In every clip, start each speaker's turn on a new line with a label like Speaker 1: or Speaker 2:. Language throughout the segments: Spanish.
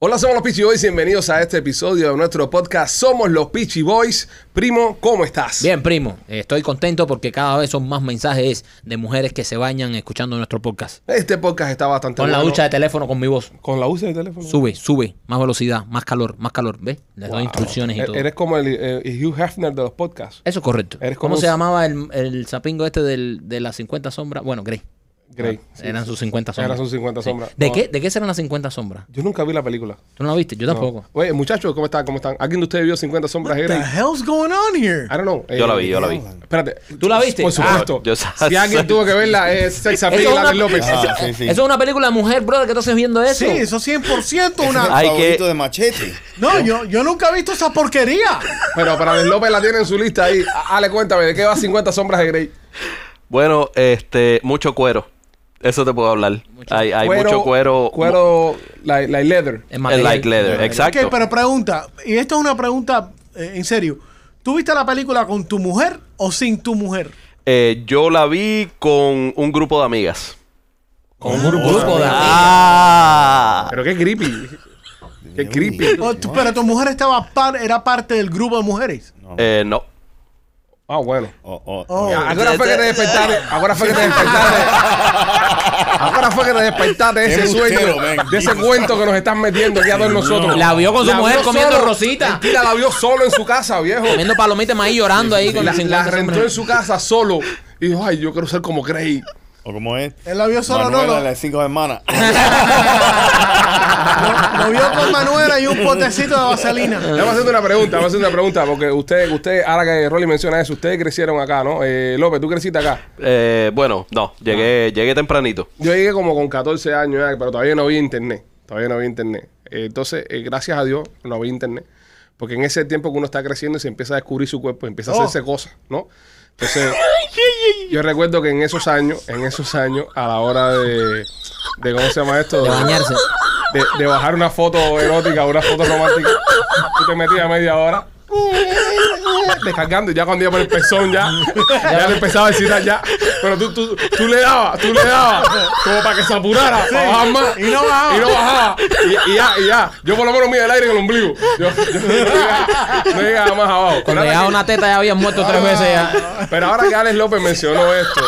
Speaker 1: Hola, somos los Peachy Boys. Bienvenidos a este episodio de nuestro podcast. Somos los Peachy Boys. Primo, ¿cómo estás?
Speaker 2: Bien, primo, estoy contento porque cada vez son más mensajes de mujeres que se bañan escuchando nuestro podcast.
Speaker 1: Este podcast está bastante
Speaker 2: Con la
Speaker 1: bueno.
Speaker 2: ducha de teléfono con mi voz.
Speaker 1: Con la usa de teléfono.
Speaker 2: Sube, sube, más velocidad, más calor, más calor. ¿Ves? Les doy
Speaker 1: Wow.
Speaker 2: instrucciones y
Speaker 1: E-
Speaker 2: todo.
Speaker 1: Eres como el, eh, Hugh Hefner de los podcasts.
Speaker 2: Eso es correcto.
Speaker 1: eres como
Speaker 2: ¿Cómo
Speaker 1: un-
Speaker 2: se llamaba el, el sapingo este del- de las 50 sombras? Bueno, Grey.
Speaker 1: Grey.
Speaker 2: Ah, eran sus 50 sombras.
Speaker 1: Eran sus 50
Speaker 2: Sí.
Speaker 1: sombras.
Speaker 2: ¿De,
Speaker 1: No,
Speaker 2: qué, ¿De qué serán las 50 sombras?
Speaker 1: Yo nunca vi la película.
Speaker 2: ¿Tú no la viste? Yo
Speaker 1: No.
Speaker 2: tampoco.
Speaker 1: Oye, muchachos, ¿cómo están? ¿Cómo están? ¿Alguien de ustedes vio 50 sombras?
Speaker 3: What the
Speaker 1: Era?
Speaker 3: hell's going on here?
Speaker 4: Ah,
Speaker 1: I don't know.
Speaker 4: Yo la vi, yo la vi.
Speaker 1: Espérate.
Speaker 2: ¿Tú la viste?
Speaker 1: Por supuesto.
Speaker 4: Ah, yo-
Speaker 1: si alguien tuvo que verla, es Sex Appeal y
Speaker 2: Eso es una-
Speaker 1: Larry López.
Speaker 5: Ah, sí, sí.
Speaker 2: Eso es una película de mujer, brother, que tú estás viendo eso.
Speaker 3: Sí, eso 100% una...
Speaker 4: Hay
Speaker 5: Hay
Speaker 4: que-
Speaker 5: favorito de machete.
Speaker 3: No, yo, yo nunca he visto esa porquería.
Speaker 1: Pero para Luis López la tiene en su lista ahí. Ah, Ale, cuéntame, ¿de qué va 50 sombras de Grey?
Speaker 4: Bueno, este, mucho cuero. Eso te puedo hablar. hay hay mucho cuero.
Speaker 1: Cuero, like, like leather.
Speaker 2: Es eh,
Speaker 4: el
Speaker 2: material.
Speaker 4: like leather, exacto.
Speaker 3: Ok, pero pregunta, y esta es una pregunta eh, en serio. ¿Tú viste la película con tu mujer o sin tu mujer?
Speaker 4: Eh, yo la vi con un grupo de amigas.
Speaker 2: Con un grupo, de
Speaker 4: ¡Ah!
Speaker 1: Pero qué creepy. Qué creepy.
Speaker 3: O tu- pero tu mujer estaba par- era parte del grupo de mujeres.
Speaker 4: Eh, no.
Speaker 1: Ah, bueno.
Speaker 5: Oh, oh,
Speaker 3: Oh.
Speaker 5: mira.
Speaker 1: Ahora fue que te despertaste. Ahora fue que te despertaste. Ahora fue que te despertaste de ese
Speaker 5: Qué
Speaker 1: sueño,
Speaker 5: embustero, man.
Speaker 1: de ese cuento que nos están metiendo aquí a todos nosotros.
Speaker 2: La vio con su mujer
Speaker 1: vio
Speaker 2: comiendo
Speaker 1: solo.
Speaker 2: rosita.
Speaker 1: Mentira, la vio solo en su casa, viejo.
Speaker 2: Comiendo palomitas maíz llorando ahí con
Speaker 1: La,
Speaker 2: las 50
Speaker 1: la rentó en
Speaker 2: sombras.
Speaker 1: su casa solo. Y dijo, ay, yo quiero ser como Grey.
Speaker 2: Ah.
Speaker 5: O como es.
Speaker 3: Él la vio solo,
Speaker 5: Manuela
Speaker 3: no, no.
Speaker 5: de las cinco hermanas.
Speaker 3: Lo, lo vio con Manuela y un potecito de vaselina.
Speaker 1: Vamos a hacer una pregunta, vamos a hacer una pregunta, porque usted, usted, ahora que Rolly menciona eso, ustedes crecieron acá, ¿no? Eh, López, tú creciste acá.
Speaker 4: Eh, bueno, no. Llegué, llegué tempranito.
Speaker 1: Yo llegué como con 14 años, ya, pero todavía no había internet. Todavía no había internet. Eh, entonces, eh, gracias a Dios, no había internet. Porque en ese tiempo que uno está creciendo y se empieza a descubrir su cuerpo, empieza a
Speaker 3: Oh.
Speaker 1: hacerse cosas, ¿no? Entonces, yo recuerdo que en esos años, en esos años, a la hora de, de ¿cómo se llama esto?
Speaker 2: De bañarse.
Speaker 1: de, de bajar una foto erótica, una foto romántica. Tú te metías media hora. Descargando, y ya cuando iba por el pezón, ya, ya le empezaba a decir ya. Pero tú, tú, tú le dabas, tú le dabas, como para que se apurara, para bajar más.
Speaker 3: Y no bajaba.
Speaker 1: Y no bajaba. Y, y ya, y ya. Yo por lo menos mira el aire con el ombligo. Yo, yo no, llegaba, no llegaba más abajo. Pero
Speaker 2: Cuando
Speaker 1: ahora
Speaker 2: llegaba
Speaker 1: que-
Speaker 2: una teta ya habían muerto tres veces ya.
Speaker 1: pero ahora que Alex López mencionó esto,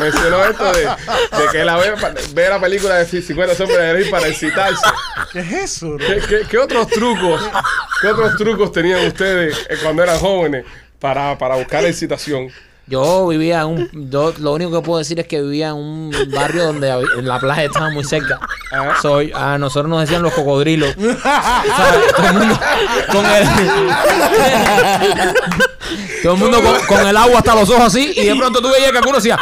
Speaker 1: mencionó esto de, de que la ve, ve la película de 50 sombras de Grey para excitarse.
Speaker 3: ¿Qué es eso? bro?
Speaker 1: ¿Qué, qué- qué otros trucos, qué otros trucos tenían ustedes eh, cuando eran jóvenes para, para buscar la excitación?
Speaker 2: Yo vivía en un. yo- lo único que puedo decir es que vivía en un barrio donde hab- la playa estaba muy cerca.
Speaker 1: Ah.
Speaker 2: Soy, a nosotros nos decían los cocodrilos. ¿Sabes? Todo el mundo con el. Todo el mundo con, con el agua hasta los ojos así. Y de pronto tú veías que alguno hacía.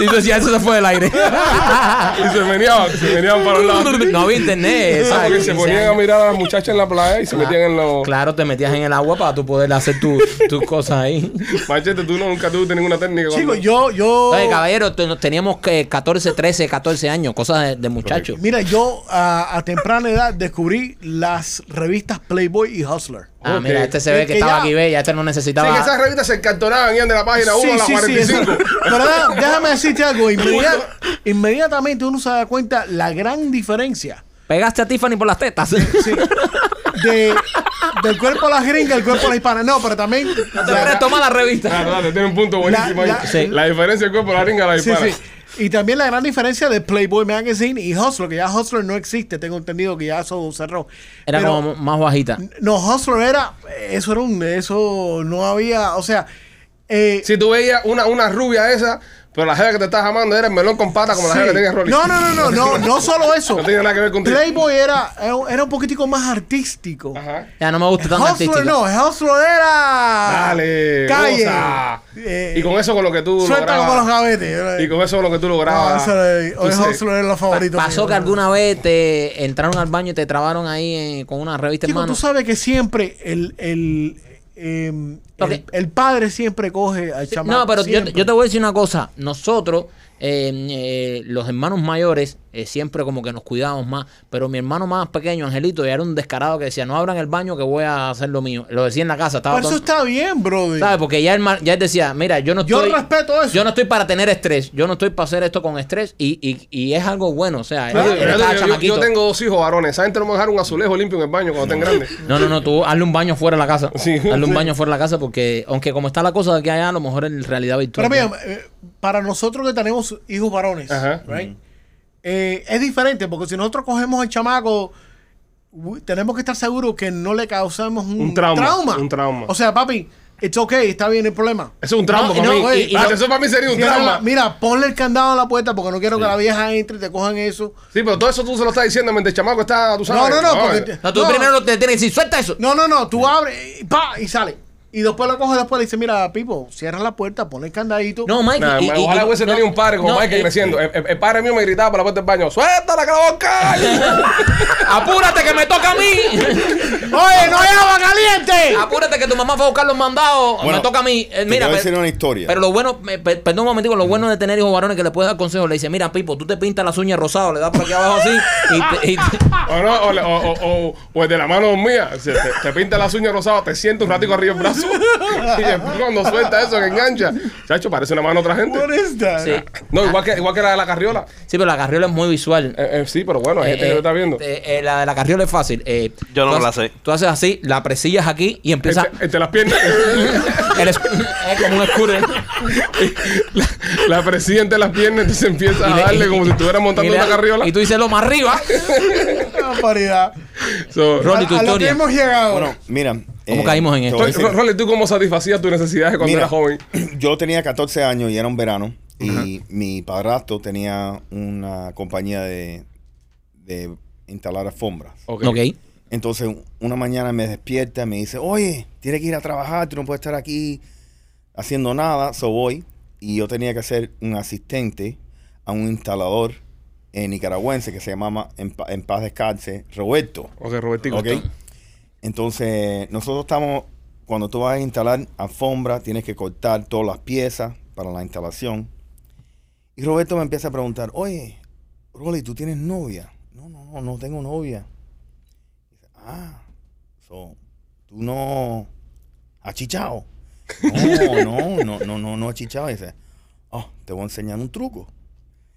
Speaker 2: Y tú decías, eso se fue del aire.
Speaker 1: Y se meneaban, se meneaban para un lado.
Speaker 2: No había internet.
Speaker 1: Ah,
Speaker 2: ¿sabes?
Speaker 1: porque se
Speaker 2: 15
Speaker 1: ponían a
Speaker 2: años.
Speaker 1: mirar a las muchachas en la playa y se metían en los...
Speaker 2: Claro, te metías en el agua para tú poder hacer tu- tus cosas ahí.
Speaker 1: Machete, tú no- nunca tuviste ninguna técnica.
Speaker 3: Chico,
Speaker 1: cuando-
Speaker 3: yo, yo...
Speaker 2: Oye, caballero, te- nos teníamos eh, que 14, 13, 14 años, cosas de, de muchachos.
Speaker 3: Mira, yo a, a temprana edad descubrí las revistas Playboy y Hustler.
Speaker 2: Ah,
Speaker 1: Ok.
Speaker 2: mira, este se ve
Speaker 3: Es
Speaker 2: que,
Speaker 3: que
Speaker 2: estaba
Speaker 3: ya-
Speaker 2: aquí, ve, ya este no necesitaba.
Speaker 1: Sí, que esas revistas se encartonaban, iban de la página 1 a la 45.
Speaker 3: eso. Pero da- déjame decirte algo. inmedia- inmediatamente uno se da cuenta la gran diferencia
Speaker 2: Pegaste a Tiffany por las tetas.
Speaker 3: sí, de, del cuerpo a la gringa al cuerpo a la hispana. No, pero también. la,
Speaker 2: Toma la revista.
Speaker 1: Claro, claro, Ah, tiene un punto buenísimo
Speaker 3: La-
Speaker 1: ahí.
Speaker 3: la-
Speaker 2: Sí.
Speaker 1: La diferencia del cuerpo, la ringa, la
Speaker 3: sí,
Speaker 1: dispara.
Speaker 3: sí. Y también la gran diferencia de Playboy Magazine y Hustler, que ya Hustler no existe. Tengo entendido que ya eso cerró.
Speaker 2: Era
Speaker 3: Pero-
Speaker 2: como más bajita.
Speaker 3: No, Hustler era. Eso era un. Eso no había. O sea. eh,
Speaker 1: Si tú veías una, una rubia esa, pero la jeva que te estás amando era el melón con pata como la jeva
Speaker 3: Sí.
Speaker 1: que tenía Rolly.
Speaker 3: No, no, no, no, no, no solo eso.
Speaker 1: No tenía nada que ver contigo.
Speaker 3: Playboy era, era un poquitico más artístico.
Speaker 1: Ajá.
Speaker 2: Ya no me gusta Este tan artística.
Speaker 3: Hustler no, Hustler era.
Speaker 1: Dale.
Speaker 3: Ah, Calle.
Speaker 1: goza.
Speaker 3: Eh,
Speaker 1: y con eso con lo que tú
Speaker 3: Suelta
Speaker 1: lograbas-
Speaker 3: como los gavetes.
Speaker 1: Y con eso con lo que tú lograbas.
Speaker 3: No, ese era-
Speaker 1: tú sé.
Speaker 3: Hustler era lo favorito.
Speaker 2: Pasó
Speaker 3: mío,
Speaker 2: que
Speaker 3: bro.
Speaker 2: alguna vez te entraron al baño y te trabaron ahí eh, con una revista en
Speaker 3: Chico,
Speaker 2: mano.
Speaker 3: tú sabes que siempre el. el em,
Speaker 2: Ok.
Speaker 3: el, el padre siempre coge al chamaco.
Speaker 2: No, pero yo,
Speaker 3: siempre.
Speaker 2: yo te voy a decir una cosa. Nosotros, eh, eh, los hermanos mayores, Eh, siempre como que nos cuidábamos más. Pero mi hermano más pequeño, Angelito, ya era un descarado que decía, no abran el baño que voy a hacer lo mío. Lo decía en la casa, estaba
Speaker 3: Pero eso
Speaker 2: todo-
Speaker 3: está bien, brother.
Speaker 2: ¿Sabes? Porque ya él, ma- ya él decía, mira, yo no
Speaker 3: Yo
Speaker 2: estoy...
Speaker 3: respeto eso.
Speaker 2: Yo no estoy para tener estrés. Yo no estoy para hacer esto con estrés. Y, y, y es algo bueno, o sea...
Speaker 1: Yo,
Speaker 2: él- él estaba
Speaker 1: yo- yo
Speaker 2: chamaquito.
Speaker 1: tengo dos hijos varones. Esa gente no me dejaron un azulejo limpio en el baño cuando estén grandes.
Speaker 2: No, no, no, tú hazle un baño fuera de la casa.
Speaker 1: Sí.
Speaker 2: hazle un
Speaker 1: Sí.
Speaker 2: baño fuera de la casa porque, aunque como está la cosa de aquí a allá, a lo mejor en realidad virtual.
Speaker 3: Pero mira, eh, para nosotros que tenemos hijos varones,
Speaker 1: Ajá.
Speaker 3: right, eh, es diferente porque si nosotros cogemos al chamaco, u- tenemos que estar seguros que no le causamos un,
Speaker 1: Un trauma, un trauma.
Speaker 3: O sea, papi, it's okay, está bien el problema.
Speaker 1: Eso es un trauma
Speaker 2: No, y
Speaker 1: para
Speaker 2: no,
Speaker 1: mí.
Speaker 2: güey, y
Speaker 1: Espérate,
Speaker 2: no-
Speaker 1: eso para mí sería un
Speaker 3: Cierra
Speaker 1: trauma.
Speaker 3: la- mira, ponle el candado a la puerta porque no quiero que la vieja entre y te cojan eso.
Speaker 1: Sí, pero todo eso tú se lo estás diciendo mientras el chamaco está, tú sabes. eh.
Speaker 3: No, no, no, porque-
Speaker 2: No, tú
Speaker 3: No.
Speaker 2: primero te tienes que decir, suelta eso.
Speaker 3: No, no, no, tú abres y, pa, y sale. Y después lo coges después y le dices, mira, Pipo, cierra la puerta, ponle el candadito.
Speaker 2: No, Mike.
Speaker 1: Nah,
Speaker 2: y- y-
Speaker 1: ojalá
Speaker 2: y-
Speaker 1: hubiese
Speaker 2: no,
Speaker 1: tenido un padre como
Speaker 2: no, eh,
Speaker 1: Michael
Speaker 2: y-
Speaker 1: creciendo. El, el- el padre mío me gritaba por la puerta del baño: ¡Suéltala, que la boca!
Speaker 6: ¡Apúrate que me toca a mí!
Speaker 3: ¡Oye, no hay agua caliente!
Speaker 6: ¡Apúrate que tu mamá fue a buscar los mandados!
Speaker 5: Bueno,
Speaker 6: me toca a mí. Eh,
Speaker 5: te
Speaker 6: mira,
Speaker 5: voy a
Speaker 6: pe-
Speaker 5: decir una historia.
Speaker 6: pero
Speaker 2: Lo bueno, me- pe- perdón un momentico, lo bueno de tener hijos varones que le puedes dar consejos, le dice, mira, Pipo, tú te pintas las uñas rosadas, le das por aquí abajo así y te- y te-
Speaker 1: o no, o, la- o, o, o- o el de la mano mía. Se- te, te pinta las uñas rosadas, te sienta un ratico arriba el brazo. y después cuando suelta eso, que engancha. Chacho, parece una mano de otra gente.
Speaker 3: What is that?
Speaker 2: Sí.
Speaker 1: No, igual que, igual que la de la carriola.
Speaker 2: Sí, pero la carriola es muy visual.
Speaker 1: Eh, eh, sí, pero bueno, hay gente
Speaker 2: Eh,
Speaker 1: que
Speaker 2: eh,
Speaker 1: lo está viendo.
Speaker 2: eh, eh, la de la carriola es fácil. eh,
Speaker 4: Yo no
Speaker 2: tú
Speaker 4: me la
Speaker 2: haces-
Speaker 4: sé.
Speaker 6: Tú haces así, la presillas aquí y empieza.
Speaker 1: Entre, entre las piernas.
Speaker 6: eres, es como un scooter.
Speaker 1: la presidente de las piernas, entonces empieza
Speaker 6: Y
Speaker 1: a
Speaker 6: le-
Speaker 1: darle
Speaker 6: y-
Speaker 1: como si estuviera montando
Speaker 6: y le-
Speaker 1: una carriola.
Speaker 6: Y tú dices lo más arriba.
Speaker 3: Barbaridad.
Speaker 1: So,
Speaker 6: Rolly,
Speaker 3: A-
Speaker 6: tu
Speaker 3: a lo que
Speaker 6: historia.
Speaker 3: hemos llegado.
Speaker 5: Bueno, mira. eh, ¿Cómo
Speaker 6: caímos en esto?
Speaker 1: Ro- Ro- Rolly, ¿tú cómo satisfacías tus necesidades cuando
Speaker 5: Mira,
Speaker 1: eras joven?
Speaker 5: Yo tenía 14 años y era un verano. Y mi padrastro tenía una compañía de, de instalar alfombras.
Speaker 1: Ok.
Speaker 6: Ok.
Speaker 5: Entonces, una mañana me despierta y me dice, oye, tienes que ir a trabajar, tú no puedes estar aquí haciendo nada. So voy. Y yo tenía que ser un asistente a un instalador eh, nicaragüense que se llamaba, en, pa- en paz descanse, Roberto.
Speaker 1: Ok, Robertico.
Speaker 5: Ok. Entonces, nosotros estamos, cuando tú vas a instalar alfombra, tienes que cortar todas las piezas para la instalación. Y Roberto me empieza a preguntar, oye, Rolly, ¿tú tienes novia? No, no, no, no tengo novia. Dice, ah, so, tú no achichao. No, no, no, no, no, no achichao. Dice, oh, te voy a enseñar un truco.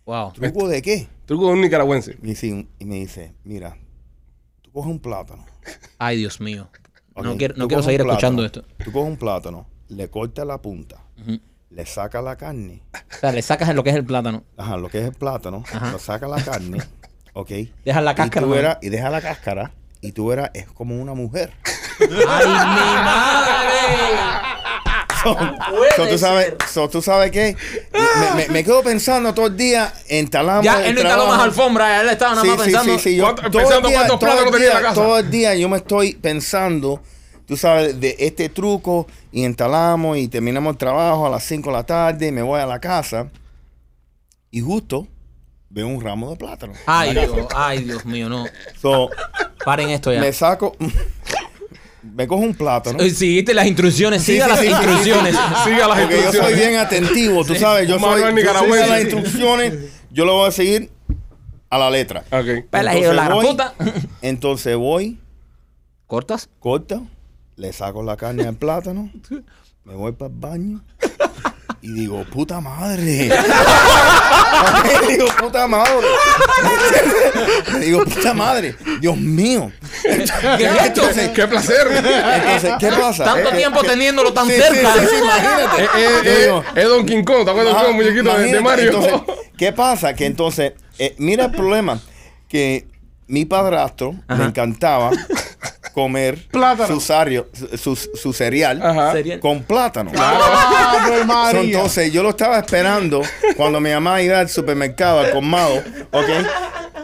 Speaker 2: Wow.
Speaker 5: ¿Truco de qué?
Speaker 1: Truco de un nicaragüense.
Speaker 5: Y sí, y me dice, mira, tú coges un plátano.
Speaker 2: Ay, Dios mío. No
Speaker 5: Ok,
Speaker 2: quiero, no
Speaker 5: tú
Speaker 2: quiero
Speaker 5: coges
Speaker 2: seguir
Speaker 5: un plátano,
Speaker 2: escuchando esto.
Speaker 5: Tú coges un plátano, le cortas la punta, le sacas la carne,
Speaker 2: O sea, le sacas lo que es el plátano.
Speaker 5: ajá, lo que es el plátano, le sacas la carne, ok.
Speaker 2: Dejas la cáscara,
Speaker 5: Y, tú
Speaker 2: ¿no?
Speaker 5: verás- y deja la cáscara, y tú verás, es como una mujer.
Speaker 2: ¡Ay, mi madre!
Speaker 5: So, tú sabes, so, ¿tú sabes qué? Me, me- me quedo pensando todo el día en talamo.
Speaker 6: Ya
Speaker 5: en
Speaker 6: él no instaló más
Speaker 5: trabajo.
Speaker 6: alfombra, él estaba nada
Speaker 5: Sí,
Speaker 6: más
Speaker 5: sí,
Speaker 6: pensando.
Speaker 5: sí, sí, yo
Speaker 1: ¿Cuánto-
Speaker 5: todo el
Speaker 1: pensando
Speaker 5: día-
Speaker 1: cuántos
Speaker 5: todo el
Speaker 1: plátanos tenía en la
Speaker 5: día-
Speaker 1: casa?
Speaker 5: Todo el día yo me estoy pensando, tú sabes, de este truco y entalamos y terminamos el trabajo a las 5 de la tarde y me voy a la casa y justo veo un ramo de plátano.
Speaker 6: Ay, Dios, ay, Dios mío, no.
Speaker 5: So,
Speaker 6: Paren esto ya.
Speaker 5: me saco, me cojo un plátano.
Speaker 6: Eh, Seguiste las instrucciones,
Speaker 5: Sí,
Speaker 6: siga
Speaker 5: sí,
Speaker 6: las
Speaker 5: sí, sí, sí, sí.
Speaker 6: instrucciones.
Speaker 1: Siga las
Speaker 5: Porque yo soy
Speaker 1: instrucciones.
Speaker 5: bien atentivo, tú sabes, yo
Speaker 1: Un
Speaker 5: soy,
Speaker 1: manual
Speaker 5: yo sigo
Speaker 1: nicaragüense.
Speaker 5: las instrucciones, yo lo voy a seguir a la letra.
Speaker 1: Ok.
Speaker 6: Pela,
Speaker 5: Entonces
Speaker 6: hijo, Pues la
Speaker 5: voy-
Speaker 6: puta.
Speaker 5: Entonces voy
Speaker 6: ¿Cortas?
Speaker 5: corta, le saco la carne al plátano, me voy para el baño y digo, puta madre. Ok, digo, puta madre. Le digo, puta madre, Dios mío.
Speaker 6: ¿Qué es esto?
Speaker 5: Entonces,
Speaker 1: ¡Qué placer!
Speaker 5: entonces, ¿qué pasa?
Speaker 6: Tanto
Speaker 5: Eh,
Speaker 6: tiempo
Speaker 5: eh,
Speaker 6: teniéndolo tan
Speaker 5: sí, sí,
Speaker 6: cerca.
Speaker 5: sí, sí, imagínate.
Speaker 1: Es eh,
Speaker 5: Yo
Speaker 1: eh,
Speaker 5: Ah, digo,
Speaker 1: es Don King Kong, ¿te acuerdas de
Speaker 5: Ajá,
Speaker 1: un muñequito de- de,
Speaker 5: imagínate,
Speaker 1: Mario?
Speaker 5: entonces, ¿Qué pasa? Que entonces, eh, mira el problema, que mi padrastro le encantaba comer
Speaker 3: Plátano.
Speaker 5: su, sario- su- su- su cereal
Speaker 1: Ajá.
Speaker 6: Sería-
Speaker 5: con plátano.
Speaker 3: Ave
Speaker 5: So,
Speaker 3: María.
Speaker 5: entonces yo lo estaba esperando cuando mi mamá iba al supermercado, al colmado, ¿ok?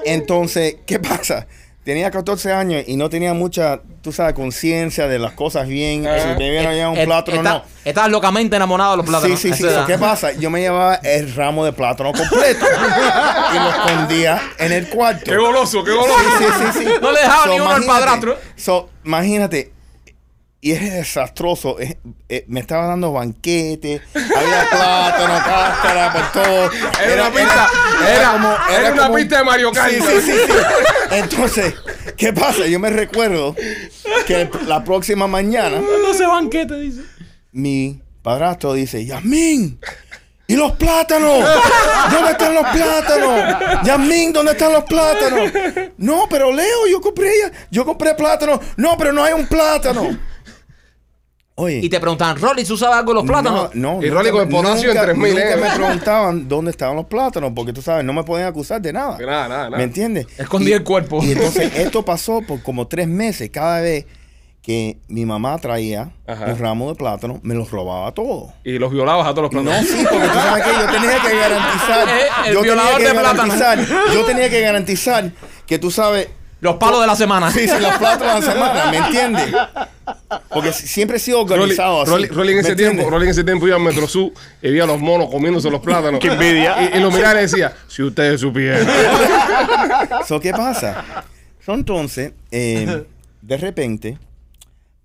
Speaker 5: Entonces, ¿qué pasa? Tenía 14 años y no tenía mucha, tú sabes, conciencia de las cosas bien, si me hubiera llevado un
Speaker 6: Eh,
Speaker 5: plátano o
Speaker 6: está-
Speaker 5: no.
Speaker 6: Estás locamente enamorado de los plátanos.
Speaker 5: Sí,
Speaker 6: a
Speaker 5: sí, sí.
Speaker 6: esa
Speaker 5: So,
Speaker 6: edad.
Speaker 5: ¿Qué pasa? Yo me llevaba el ramo de plátano completo y lo escondía en el cuarto.
Speaker 1: ¡Qué goloso, qué goloso!
Speaker 5: Oh, Sí, sí, sí, sí.
Speaker 6: No le dejaba ni uno al
Speaker 5: imagínate,
Speaker 6: padrastro.
Speaker 5: So, imagínate, Y es desastroso. es- eh, me estaba dando banquetes. Había plátano, cáscara, por todo.
Speaker 1: Era una pista, era- era una pista de Mario Kart.
Speaker 5: Sí, sí, sí, sí. Entonces, ¿qué pasa? Yo me recuerdo que la próxima mañana
Speaker 6: No se banquete, dice.
Speaker 5: mi padrastro dice, Yasmín, ¿y los plátanos? ¿Dónde están los plátanos? Yasmín, ¿dónde están los plátanos? No, pero Leo, yo compré, yo compré plátanos. No, pero no hay un plátano. Oye.
Speaker 2: Y te preguntaban, Rolly, ¿tú sabes algo de los plátanos?
Speaker 5: No, no.
Speaker 1: Y Rolly
Speaker 5: nunca-
Speaker 1: con potasio en
Speaker 5: nunca-
Speaker 1: 3000,
Speaker 5: Nunca
Speaker 1: ¿eh?
Speaker 5: me preguntaban dónde estaban los plátanos, porque tú sabes, no me podían acusar de nada.
Speaker 1: De nada, nada, Ah, nada.
Speaker 5: ¿Me entiendes?
Speaker 6: Escondí
Speaker 5: Y-
Speaker 6: el cuerpo.
Speaker 5: Y entonces esto pasó por como tres meses. Cada vez que mi mamá traía
Speaker 1: Ajá.
Speaker 5: un ramo de plátano, me los robaba todo.
Speaker 1: Y los violabas a todos los
Speaker 5: No,
Speaker 1: planos.
Speaker 5: sí, porque tú sabes que yo tenía que garantizar.
Speaker 6: Eh, el
Speaker 5: yo
Speaker 6: violador
Speaker 5: tenía
Speaker 6: de
Speaker 5: que
Speaker 6: plátano.
Speaker 5: garantizar. Yo tenía que garantizar que tú sabes.
Speaker 6: Los palos de la semana.
Speaker 5: Sí, sí, los plátanos de la semana, ¿me entiendes? Porque si- siempre he sido
Speaker 1: Rolly,
Speaker 5: organizado así.
Speaker 1: Rolly- Rolly en
Speaker 5: ¿me
Speaker 1: ese
Speaker 5: entiendes?
Speaker 1: tiempo, Rolly en ese tiempo iba al Metro Sur y veía a los monos comiéndose los plátanos. Qué envidia. Y, y lo miraba y le decía, si ustedes supieran.
Speaker 5: So, ¿Qué pasa? So, entonces, eh, de repente,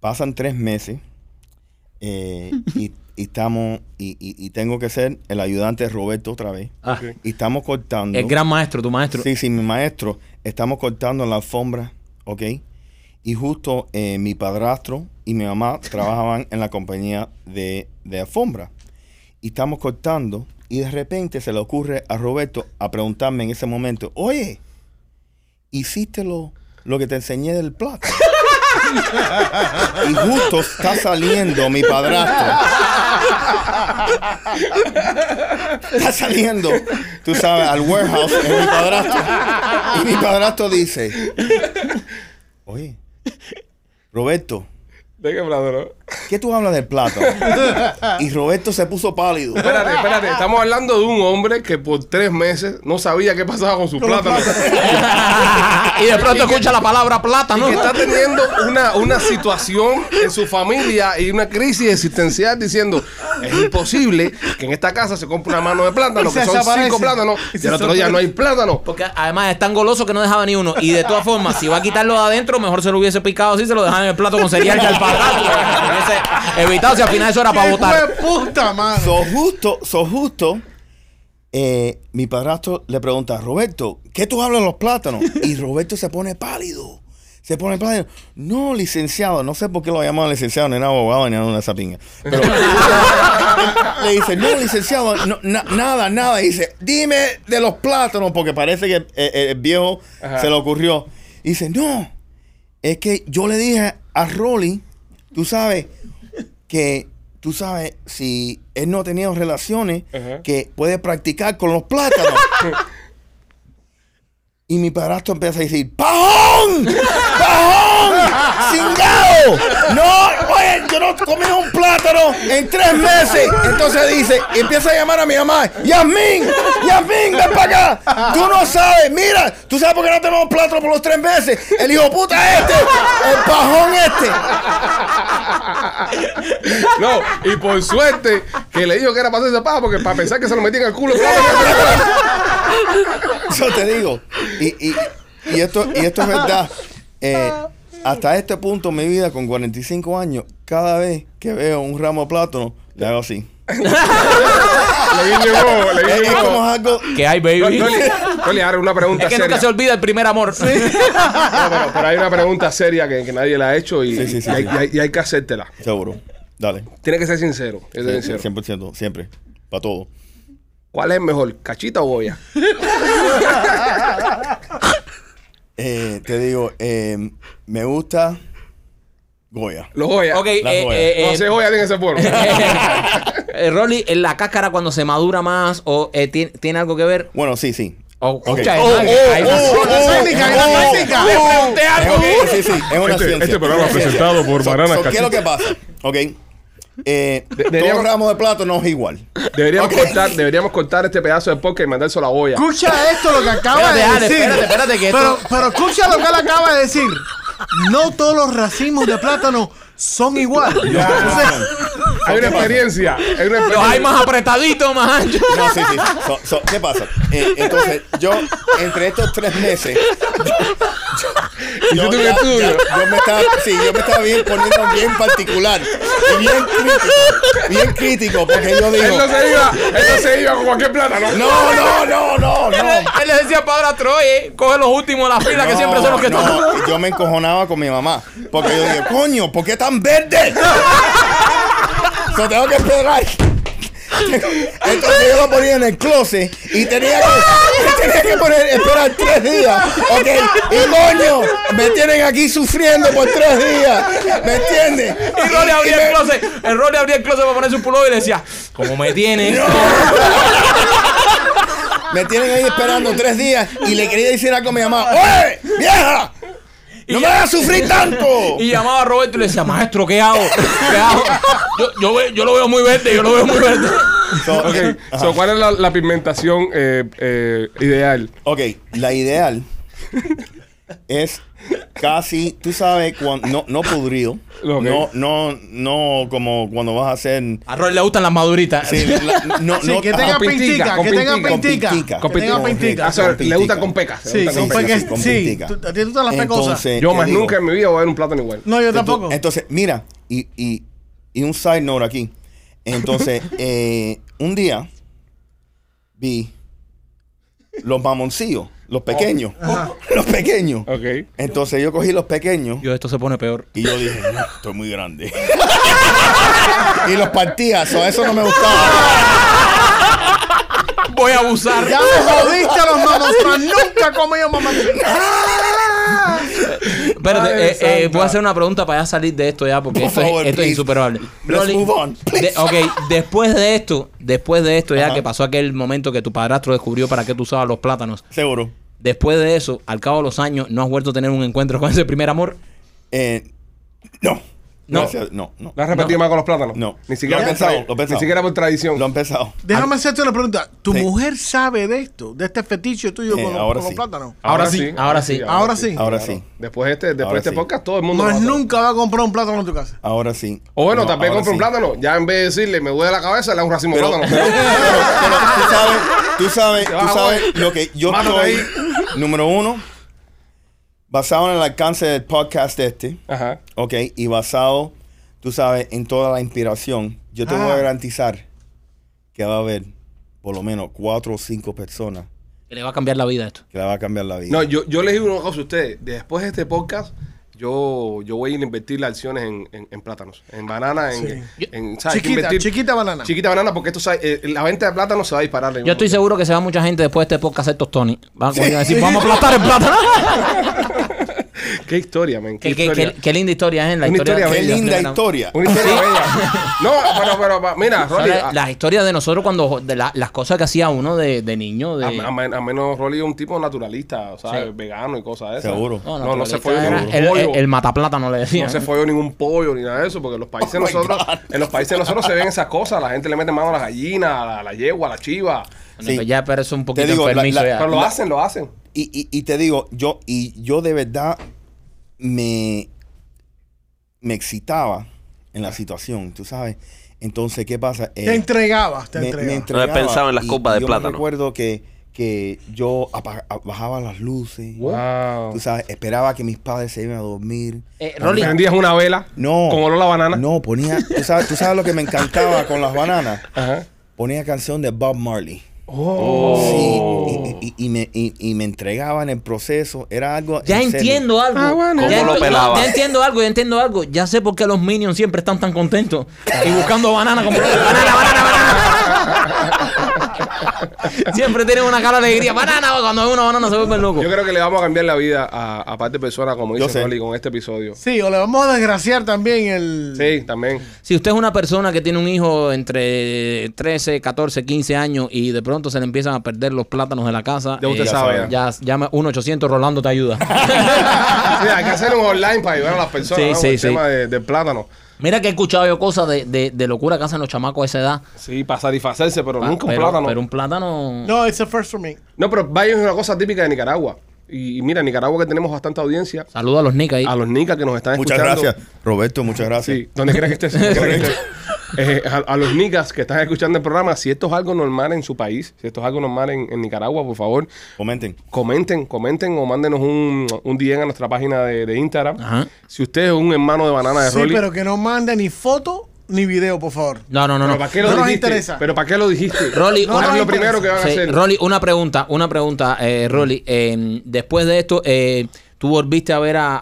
Speaker 5: pasan tres meses eh, y, y estamos y, y- y tengo que ser el ayudante de Roberto otra vez.
Speaker 2: Ah,
Speaker 5: Y estamos cortando.
Speaker 2: El gran maestro, tu maestro.
Speaker 5: Sí, sí, mi maestro. Estamos cortando la alfombra, ¿ok? Y justo eh, mi padrastro y mi mamá trabajaban en la compañía de, de alfombra. Y estamos cortando y de repente se le ocurre a Roberto a preguntarme en ese momento, oye, ¿hiciste lo, lo que te enseñé del plato? y justo está saliendo mi padrastro. Está saliendo, tú sabes, al warehouse es mi padrastro. Y mi padrastro dice, oye, Roberto,
Speaker 1: ¿De qué plátano?
Speaker 5: ¿qué tú hablas del plato? Y Roberto se puso pálido.
Speaker 1: Espérate, espérate. Estamos hablando de un hombre que por tres meses no sabía qué pasaba con sus plátanos.
Speaker 2: y de pronto escucha la palabra plátano.
Speaker 1: Y que está teniendo una, una situación en su familia y una crisis existencial diciendo es imposible que en esta casa se compre una mano de plátano,
Speaker 3: Y
Speaker 1: que
Speaker 3: se
Speaker 1: son
Speaker 3: desaparece.
Speaker 1: cinco plátanos,
Speaker 3: Y
Speaker 1: y
Speaker 3: se
Speaker 1: el otro día no hay plátano.
Speaker 2: Porque además es tan goloso que no dejaba ni uno. Y de todas formas, si va a quitarlo de adentro, mejor se lo hubiese picado así, se lo dejaban en el plato con cereal que al parrazo. Hubiese evitado si al final eso era para
Speaker 3: ¡Hijo
Speaker 2: votar.
Speaker 3: de puta, mano!
Speaker 5: So justo, so justo, eh, mi padrastro le pregunta, Roberto, ¿qué tú hablas de los plátanos? Y Roberto se pone pálido. Se pone pálido. No, licenciado, no sé por qué lo llaman licenciado, ni era abogado, ni era una sapinga. Pero le dice, no, licenciado, no, na- nada, nada. Y dice, dime de los plátanos, porque parece que eh, eh, el viejo
Speaker 1: Ajá.
Speaker 5: se le ocurrió. Y dice, no, es que yo le dije a Rolly, tú sabes, que tú sabes, si él no ha tenido relaciones,
Speaker 1: Ajá.
Speaker 5: que puede practicar con los plátanos. y mi padrastro empieza a decir, ¡Pajón! ¡Pajón! ¡Cingado! ¡No! Oye, yo no comí un plátano en tres meses. Entonces dice, y empieza a llamar a mi mamá, ¡Yasmín! ¡Yasmín, ven para acá! ¡Tú no sabes! ¡Mira! ¿Tú sabes por qué no tenemos plátano por los tres meses? ¡El hijo puta este! ¡El pajón este!
Speaker 1: No, y por suerte que le dijo que era para hacerse paja, porque para pensar que se lo metían al culo. plátano.
Speaker 5: Yo te digo. Y, y- y esto, y esto es verdad. Eh, hasta este punto en mi vida, con 45 años, cada vez que veo un ramo de plátano, le hago así.
Speaker 1: Le guiño el ojo, le
Speaker 5: Es, es
Speaker 1: guiño el
Speaker 5: como
Speaker 1: ojo.
Speaker 5: algo.
Speaker 2: Que hay, baby.
Speaker 1: Rolly, Rolly, ahora una pregunta
Speaker 2: Es que
Speaker 1: seria.
Speaker 2: nunca se olvida el primer amor.
Speaker 1: No, pero, pero hay una pregunta seria que, que nadie la ha hecho y,
Speaker 5: Sí, sí, sí,
Speaker 1: y hay,
Speaker 5: sí.
Speaker 1: y hay- y hay que hacértela.
Speaker 5: Seguro. Dale.
Speaker 1: Tiene que ser sincero. tiene que ser sincero.
Speaker 5: 100%, siempre. Para todo.
Speaker 1: ¿Cuál es mejor, cachita o boya?
Speaker 5: Eh, te digo, eh, me gusta Goya.
Speaker 1: Los boyas.
Speaker 2: Ok, eh,
Speaker 5: Las joyas.
Speaker 2: eh,
Speaker 1: No
Speaker 2: eh,
Speaker 1: se joya tiene que ser bueno.
Speaker 2: eh, Rolly, en la cáscara cuando se madura más o eh, tiene, tiene algo que ver.
Speaker 5: Bueno, sí, sí.
Speaker 2: O escucha,
Speaker 5: Oh,
Speaker 2: es-
Speaker 5: oh,
Speaker 2: ahí-
Speaker 5: oh, oh, oh, oh.
Speaker 2: pregunté algo.
Speaker 5: Es una- sí, sí, es una
Speaker 1: Este-
Speaker 5: ciencia.
Speaker 1: este programa
Speaker 5: Es una ciencia.
Speaker 1: presentado por
Speaker 5: So-
Speaker 1: Banana
Speaker 5: so, ¿Qué es
Speaker 1: Cachita.
Speaker 5: lo que pasa? Ok. Eh, todo
Speaker 1: deberíamos-
Speaker 5: ramo de plato no es igual.
Speaker 1: Deberíamos,
Speaker 5: Ok.
Speaker 1: cortar, deberíamos cortar este pedazo de podcast y mandárselo a la olla.
Speaker 3: Escucha esto lo que acaba de
Speaker 2: Espérate, Ale,
Speaker 3: decir.
Speaker 2: espérate, espérate, que
Speaker 3: pero,
Speaker 2: esto-
Speaker 3: pero escucha lo que él acaba de decir. No todos los racimos de plátano son iguales. Entonces,
Speaker 1: Hay una experiencia. Hay una
Speaker 2: Los hay
Speaker 1: experiencia.
Speaker 2: más apretaditos, más anchos.
Speaker 5: No, sí, sí. So- so, ¿Qué pasa? Eh, entonces, yo, entre estos tres meses. Yo,
Speaker 1: Hiciste un
Speaker 5: ya-
Speaker 1: estudio.
Speaker 5: ya- yo me estaba, sí, yo me estaba bien poniendo bien particular. Y bien crítico. Bien crítico, porque yo digo.
Speaker 1: Él no se iba, él no se iba con cualquier plátano.
Speaker 5: No, no, no, no, no.
Speaker 2: Eh, Él le decía a Padre a Troy, eh, coge los últimos de la fila, que
Speaker 5: No,
Speaker 2: siempre son los que
Speaker 5: no,
Speaker 2: están.
Speaker 5: Yo me encojonaba con mi mamá. Porque yo dije, coño, ¿por qué tan verde? So tengo que esperar. Entonces yo lo ponía en el closet y tenía que, tenía que poner, esperar tres días. Ok, y coño, me tienen aquí sufriendo por tres días. ¿Me entiendes?
Speaker 2: Y Rolly
Speaker 5: Y
Speaker 2: abría
Speaker 5: me-
Speaker 2: el closet. El Rolly abría el closet para ponerse un pullover y le decía, ¿cómo me tienes?
Speaker 5: Me tienen ahí esperando tres días y le quería decir algo a mi mamá. ¡Oye, vieja! ¡No me hagas sufrir tanto!
Speaker 2: Y llamaba a Roberto y le decía, maestro, ¿qué hago? ¿Qué hago? Yo, yo ve- yo lo veo muy verde, yo lo veo muy verde.
Speaker 5: So,
Speaker 1: Ok, so, ¿cuál es la, la pigmentación eh, eh, ideal?
Speaker 5: Ok, la ideal es casi, tú sabes, cuan- no, no podrido,
Speaker 1: Ok.
Speaker 5: no, no, no como cuando vas a hacer...
Speaker 2: A Roy le gustan las maduritas.
Speaker 5: sí, la- no,
Speaker 3: Sí,
Speaker 5: no-
Speaker 3: que
Speaker 5: ajá,
Speaker 3: tenga
Speaker 1: con pintica,
Speaker 3: pintica,
Speaker 1: con
Speaker 3: que tenga
Speaker 1: pintica,
Speaker 5: con
Speaker 3: pintica.
Speaker 5: pintica.
Speaker 3: Que tenga
Speaker 1: Con
Speaker 3: pintica.
Speaker 1: O sea,
Speaker 5: con
Speaker 1: le
Speaker 5: pintica.
Speaker 1: gustan con pecas. le
Speaker 3: Sí,
Speaker 1: gustan
Speaker 5: con
Speaker 1: con
Speaker 5: pecas,
Speaker 3: porque-
Speaker 5: con
Speaker 3: sí,
Speaker 5: pintica.
Speaker 3: tú- a ti tú te las pecosas.
Speaker 5: Entonces,
Speaker 1: Yo
Speaker 5: ¿qué
Speaker 1: más
Speaker 5: digo?
Speaker 1: nunca en mi vida voy a ver un plátano igual.
Speaker 3: No, yo
Speaker 5: Entonces,
Speaker 3: tampoco.
Speaker 5: Entonces, mira, y, y, y un side note aquí. Entonces, eh, un día vi los mamoncillos, los pequeños, los pequeños.
Speaker 1: Oh. Ok.
Speaker 5: Entonces yo cogí los pequeños
Speaker 2: Yo, esto se pone peor.
Speaker 5: Y yo dije, "No, estoy muy grande. y los partía, so, eso no me gustaba.
Speaker 2: Voy a abusar.
Speaker 3: Ya me jodiste a los manos, nunca como yo, mamá.
Speaker 2: Espérate,
Speaker 1: Madre
Speaker 2: eh, eh,
Speaker 1: santa.
Speaker 2: voy a hacer una pregunta para ya salir de esto ya, porque
Speaker 5: Por
Speaker 2: esto,
Speaker 5: favor,
Speaker 2: es, esto es
Speaker 5: please.
Speaker 2: insuperable.
Speaker 5: Let's move on, please.
Speaker 2: de- ok, después de esto, después de esto ya
Speaker 5: Ajá.
Speaker 2: que pasó aquel momento que tu padrastro descubrió para qué tú usabas los plátanos,
Speaker 5: Seguro.
Speaker 2: después de eso, al cabo de los años, ¿no has vuelto a tener un encuentro con ese primer amor?
Speaker 5: Eh, no.
Speaker 2: No.
Speaker 5: Gracias, no, no.
Speaker 1: ¿La has repetido más con los plátanos?
Speaker 5: No.
Speaker 1: Ni siquiera
Speaker 5: Lo he
Speaker 1: por
Speaker 5: pensado,
Speaker 1: tra-
Speaker 5: lo he pensado.
Speaker 1: Ni siquiera por tradición.
Speaker 5: Lo han pensado.
Speaker 3: Déjame hacerte una pregunta. ¿Tu
Speaker 5: Sí.
Speaker 3: mujer sabe de esto? ¿De este fetiche tuyo
Speaker 5: Eh,
Speaker 3: con, los-
Speaker 5: ahora
Speaker 3: con los
Speaker 5: sí.
Speaker 3: plátanos.
Speaker 2: Ahora sí, ahora sí.
Speaker 3: Ahora sí.
Speaker 5: Ahora
Speaker 1: Claro.
Speaker 5: sí.
Speaker 1: Después de este, después
Speaker 5: Ahora
Speaker 1: de este
Speaker 5: sí.
Speaker 1: podcast, todo el mundo. lo va
Speaker 3: Más
Speaker 1: a hacer.
Speaker 3: nunca va a comprar un plátano en tu casa.
Speaker 5: Ahora sí.
Speaker 1: O bueno,
Speaker 5: No,
Speaker 1: tal vez
Speaker 5: ahora
Speaker 1: compra un
Speaker 5: sí.
Speaker 1: plátano. Ya en vez de decirle, me duele la cabeza, le da un racimo de
Speaker 5: Pero,
Speaker 1: plátano.
Speaker 5: pero- pero tú sabes, tú sabes,
Speaker 1: vas,
Speaker 5: tú sabes
Speaker 1: güey.
Speaker 5: lo que yo
Speaker 1: Mátate
Speaker 5: estoy. Número uno, basado en el alcance del podcast este.
Speaker 1: Ajá.
Speaker 5: Ok, y basado, tú sabes, en toda la inspiración, yo te
Speaker 3: Ah.
Speaker 5: voy a garantizar que va a haber por lo menos cuatro o cinco personas
Speaker 2: Que le va a cambiar la vida a esto.
Speaker 5: que le va a cambiar la vida.
Speaker 1: No, yo, yo les digo una cosa a ustedes. Después de este podcast, yo, yo voy a ir a invertir las acciones en, en, en plátanos, en banana, en. en- ¿sabes? Hay que
Speaker 3: Chiquita,
Speaker 1: invertir-
Speaker 3: chiquita banana.
Speaker 1: Chiquita banana, porque esto, sabe, eh, la venta de plátanos se va a disparar.
Speaker 2: Yo estoy seguro que se va mucha gente después de este podcast a hacer tostones. Van a coger y decir, vamos a aplastar el plátano.
Speaker 1: Qué historia, men. Qué,
Speaker 2: qué, qué-
Speaker 1: historia.
Speaker 2: qué- qué linda historia es, ¿eh? la
Speaker 1: Una
Speaker 2: historia.
Speaker 1: historia
Speaker 5: Qué
Speaker 1: bella,
Speaker 5: linda
Speaker 2: Mira,
Speaker 5: historia.
Speaker 1: Una historia bella. No, pero, pero, pero, mira, Rolly.
Speaker 2: Ahora,
Speaker 1: a-
Speaker 2: las historias de nosotros cuando jo- de la- las cosas que hacía uno de, de niño de
Speaker 1: A, a men- a menos Rolly es un tipo naturalista, o sea,
Speaker 2: Sí.
Speaker 1: Vegano y cosas de esas.
Speaker 5: Seguro.
Speaker 1: No,
Speaker 2: No,
Speaker 1: no,
Speaker 2: naturalista
Speaker 1: se fue
Speaker 2: era
Speaker 1: ningún
Speaker 2: el,
Speaker 1: pollo.
Speaker 2: el, el mataplátano le decía.
Speaker 1: no se folló ningún pollo ni nada de eso, porque en los países
Speaker 5: Oh my
Speaker 1: nosotros,
Speaker 5: God.
Speaker 1: en los países nosotros se ven esas cosas, la gente le mete mano a la gallina, a la, a la yegua, a la chiva,
Speaker 2: Bueno, pero ya pero eso es un poquito
Speaker 5: digo, la-
Speaker 2: enfermizo
Speaker 5: la-
Speaker 2: ya.
Speaker 1: pero lo hacen, lo hacen.
Speaker 5: Y, y- y te digo, yo, y yo de verdad me, me excitaba en la situación, tú sabes. Entonces, ¿qué pasa? Eh,
Speaker 3: Te entregabas, te
Speaker 5: me, me
Speaker 3: entregabas.
Speaker 5: entregaba
Speaker 4: pensado en las
Speaker 5: y-
Speaker 4: copas
Speaker 5: y
Speaker 4: de
Speaker 5: yo
Speaker 4: plátano.
Speaker 5: Me recuerdo que, que yo apa- bajaba las luces.
Speaker 1: Wow.
Speaker 5: Tú sabes, esperaba que mis padres se iban a dormir.
Speaker 2: Eh, Rolly,
Speaker 1: Prendías una vela
Speaker 5: No.
Speaker 1: con olor a banana.
Speaker 5: No, ponía. ¿tú sabes, tú sabes lo que me encantaba con las bananas.
Speaker 1: Ajá.
Speaker 5: Ponía canción de Bob Marley. Oh, Sí, y, y- y me, y, y me entregaba en el proceso. Era algo.
Speaker 2: ya
Speaker 5: en serio.
Speaker 2: entiendo algo.
Speaker 1: Ah, bueno.
Speaker 2: ya,
Speaker 4: ¿Cómo lo
Speaker 2: ento-
Speaker 4: pelaba?
Speaker 2: ya entiendo algo, ya entiendo algo. Ya sé por qué los minions siempre están tan contentos y buscando banana como banana, banana, banana. siempre tienen una cara de alegría. Banana, cuando hay una banana se vuelven locos.
Speaker 1: Yo creo que le vamos a cambiar la vida a, a parte de personas, como
Speaker 5: Yo
Speaker 1: dice
Speaker 5: sé.
Speaker 1: Rolly, con este episodio.
Speaker 3: Sí, o le vamos a desgraciar también el.
Speaker 1: Sí, también.
Speaker 2: Si usted es una persona que tiene un hijo entre 13, 14, 15 años y de pronto se le empiezan a perder los plátanos de la casa, eh,
Speaker 1: Ya usted
Speaker 5: ya
Speaker 1: sabe.
Speaker 2: ya llama 1-800 Rolando te ayuda.
Speaker 1: Sí, hay que hacer un online para ayudar a las personas
Speaker 2: Sí,
Speaker 1: ¿no?
Speaker 2: sí,
Speaker 1: el
Speaker 2: sí.
Speaker 1: tema de- del plátano.
Speaker 2: Mira que he escuchado yo cosas de, de, de locura que hacen los chamacos a esa edad.
Speaker 1: Sí, para satisfacerse, pero
Speaker 2: Pa-
Speaker 1: nunca un
Speaker 2: Ah, pero-
Speaker 1: plátano.
Speaker 2: Pero un plátano.
Speaker 3: No, it's a first for me.
Speaker 1: No, pero Bayo es una cosa típica de Nicaragua. Y, y mira, en Nicaragua que tenemos bastante audiencia.
Speaker 2: Saluda a los nicas ahí.
Speaker 1: A los nicas que nos están
Speaker 5: Muchas
Speaker 1: escuchando.
Speaker 5: gracias, Roberto. Muchas gracias.
Speaker 1: Sí, donde quiera que estés. donde quiera que estés. eh, a, a los niggas que están escuchando el programa, si esto es algo normal en su país, si esto es algo normal en, en Nicaragua, por favor,
Speaker 5: Comenten.
Speaker 1: comenten, comenten o mándenos un, un DM a nuestra página de, de Instagram.
Speaker 2: Ajá.
Speaker 1: Si usted es un hermano de banana de
Speaker 3: Sí,
Speaker 1: Rolly,
Speaker 3: pero que no mande ni foto ni video, por favor.
Speaker 2: No, no, no.
Speaker 1: ¿pero
Speaker 2: no.
Speaker 1: ¿para qué lo
Speaker 3: No nos
Speaker 1: dijiste?
Speaker 3: interesa.
Speaker 1: ¿Pero para qué lo dijiste?
Speaker 2: Rolly,
Speaker 3: No,
Speaker 1: Haz
Speaker 3: no
Speaker 1: lo
Speaker 3: nos
Speaker 1: primero que van a
Speaker 2: Sí,
Speaker 1: hacer.
Speaker 2: Rolly, una pregunta, una pregunta, eh, Rolly. Eh, después de esto, eh, tú volviste a ver a,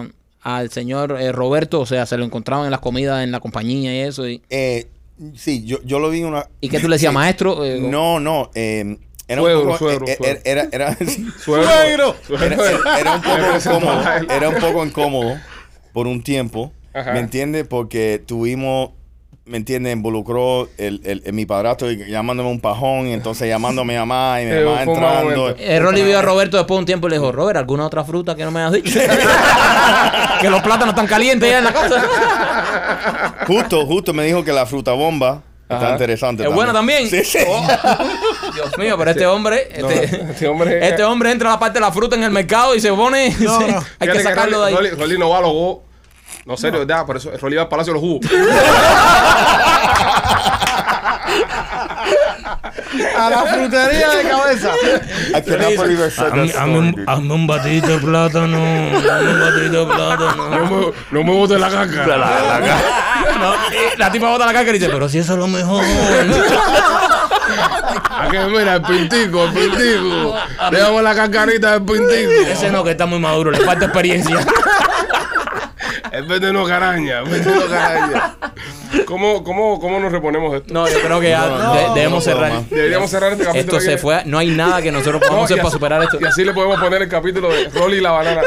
Speaker 2: a- al señor eh, Roberto, o sea, se lo encontraban en las comidas, en la compañía y eso. ¿Y,
Speaker 5: Eh, sí, yo, yo lo vi una.
Speaker 2: ¿y qué tú le decías, maestro? Eh,
Speaker 5: No, no. eh, era
Speaker 1: Suegro,
Speaker 5: un poco,
Speaker 1: suegro,
Speaker 5: eh,
Speaker 1: suegro.
Speaker 5: Era, era,
Speaker 1: Suegro.
Speaker 5: era-
Speaker 1: eh,
Speaker 5: era- era un
Speaker 1: Le
Speaker 5: poco
Speaker 1: presento
Speaker 5: incómodo.
Speaker 1: a él.
Speaker 5: Era un poco incómodo por un tiempo.
Speaker 1: Ajá.
Speaker 5: ¿Me entiendes? Porque tuvimos. ¿Me entiendes? Involucró el, el, el- mi padrastro y llamándome un pajón, entonces llamándome a mi mamá y mi
Speaker 1: Eh,
Speaker 5: mamá
Speaker 1: fue un mal
Speaker 5: entrando.
Speaker 1: momento.
Speaker 2: eh, Rolly vio a Roberto después de un tiempo y le dijo, Robert, ¿alguna otra fruta que no me has dicho? que los plátanos están calientes ya en la casa.
Speaker 5: Justo, justo me dijo que la fruta bomba
Speaker 1: Ajá.
Speaker 5: está interesante.
Speaker 2: ¿Es buena también?
Speaker 5: Sí, sí.
Speaker 1: Oh.
Speaker 2: Dios mío, pero este hombre...
Speaker 1: No,
Speaker 2: Este,
Speaker 1: este hombre-
Speaker 2: este hombre entra a la parte de la fruta en el mercado y se pone...
Speaker 3: Eh, No, no.
Speaker 2: Hay
Speaker 1: Fíjate
Speaker 2: que sacarlo de
Speaker 1: Rolly,
Speaker 2: ahí.
Speaker 1: Rolly, Rolly no va a los jugos. No, serio, ¿verdad? Por eso Rolly va al Palacio de los Jugos.
Speaker 3: A la frutería de cabeza.
Speaker 5: I cannot believe I said that story, dude.
Speaker 6: un batidito de plátano. Hazme un batidito de plátano.
Speaker 1: No me, no me botes la caca.
Speaker 6: No, y la tipa bota la caca y dice, pero si eso es lo mejor.
Speaker 1: Ah, que mira, el pintico, el pintico. Déjame la cascarita del pintico.
Speaker 6: Ese no, que está muy maduro, le falta experiencia.
Speaker 1: Es veneno caraña, es veneno caraña. ¿Cómo, cómo, ¿Cómo nos reponemos de esto?
Speaker 2: No, yo creo que ya
Speaker 5: No,
Speaker 2: de-
Speaker 5: no,
Speaker 2: debemos
Speaker 5: no puedo
Speaker 2: cerrar.
Speaker 5: más.
Speaker 1: Deberíamos cerrar este capítulo.
Speaker 2: Esto se
Speaker 1: aquí.
Speaker 2: fue. No hay nada que nosotros
Speaker 1: No,
Speaker 2: podamos hacer
Speaker 1: y
Speaker 2: para
Speaker 1: así-
Speaker 2: superar esto.
Speaker 1: Y así le podemos poner el capítulo de Rolly y la banana.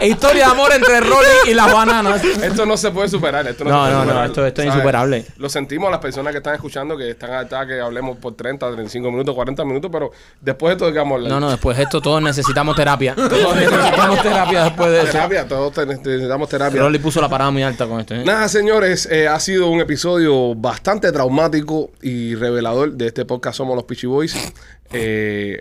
Speaker 2: Historia de amor entre Rolly y las bananas.
Speaker 1: Esto no se puede superar. Esto no,
Speaker 2: No,
Speaker 1: se puede
Speaker 2: no, no,
Speaker 1: superar,
Speaker 2: esto- esto es
Speaker 1: ¿sabes?
Speaker 2: insuperable.
Speaker 1: Lo sentimos a las personas que están escuchando, que están adaptadas que hablemos por 30, 35 minutos, 40 minutos, pero después de esto, digamos, hablar.
Speaker 2: No, no, después de esto todos necesitamos terapia. Todos necesitamos terapia después de esto.
Speaker 1: Terapia, todos te- necesitamos terapia.
Speaker 2: Rolly puso la parada muy alta con esto. ¿eh?
Speaker 1: Nada, señores, eh, ha sido un episodio bastante traumático y revelador de este podcast Somos los Peachy Boys. Eh,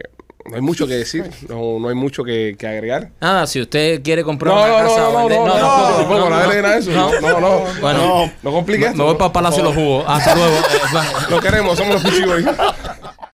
Speaker 1: no hay mucho que decir, no, no hay mucho que, que agregar.
Speaker 2: Nada, si usted quiere comprar
Speaker 1: No,
Speaker 2: una
Speaker 1: no,
Speaker 2: casa
Speaker 1: no, no,
Speaker 2: o
Speaker 1: no,
Speaker 2: vender-
Speaker 1: no,
Speaker 2: tampoco,
Speaker 1: no, tampoco, no,
Speaker 2: no, no.
Speaker 1: dale nada de eso.
Speaker 2: No.
Speaker 1: No, no,
Speaker 2: Bueno,
Speaker 1: no compliques
Speaker 2: me
Speaker 1: esto.
Speaker 2: voy para el Palacio de los Jugos. Hasta luego. Eh, bye.
Speaker 1: Lo queremos, somos los Peachy Boys.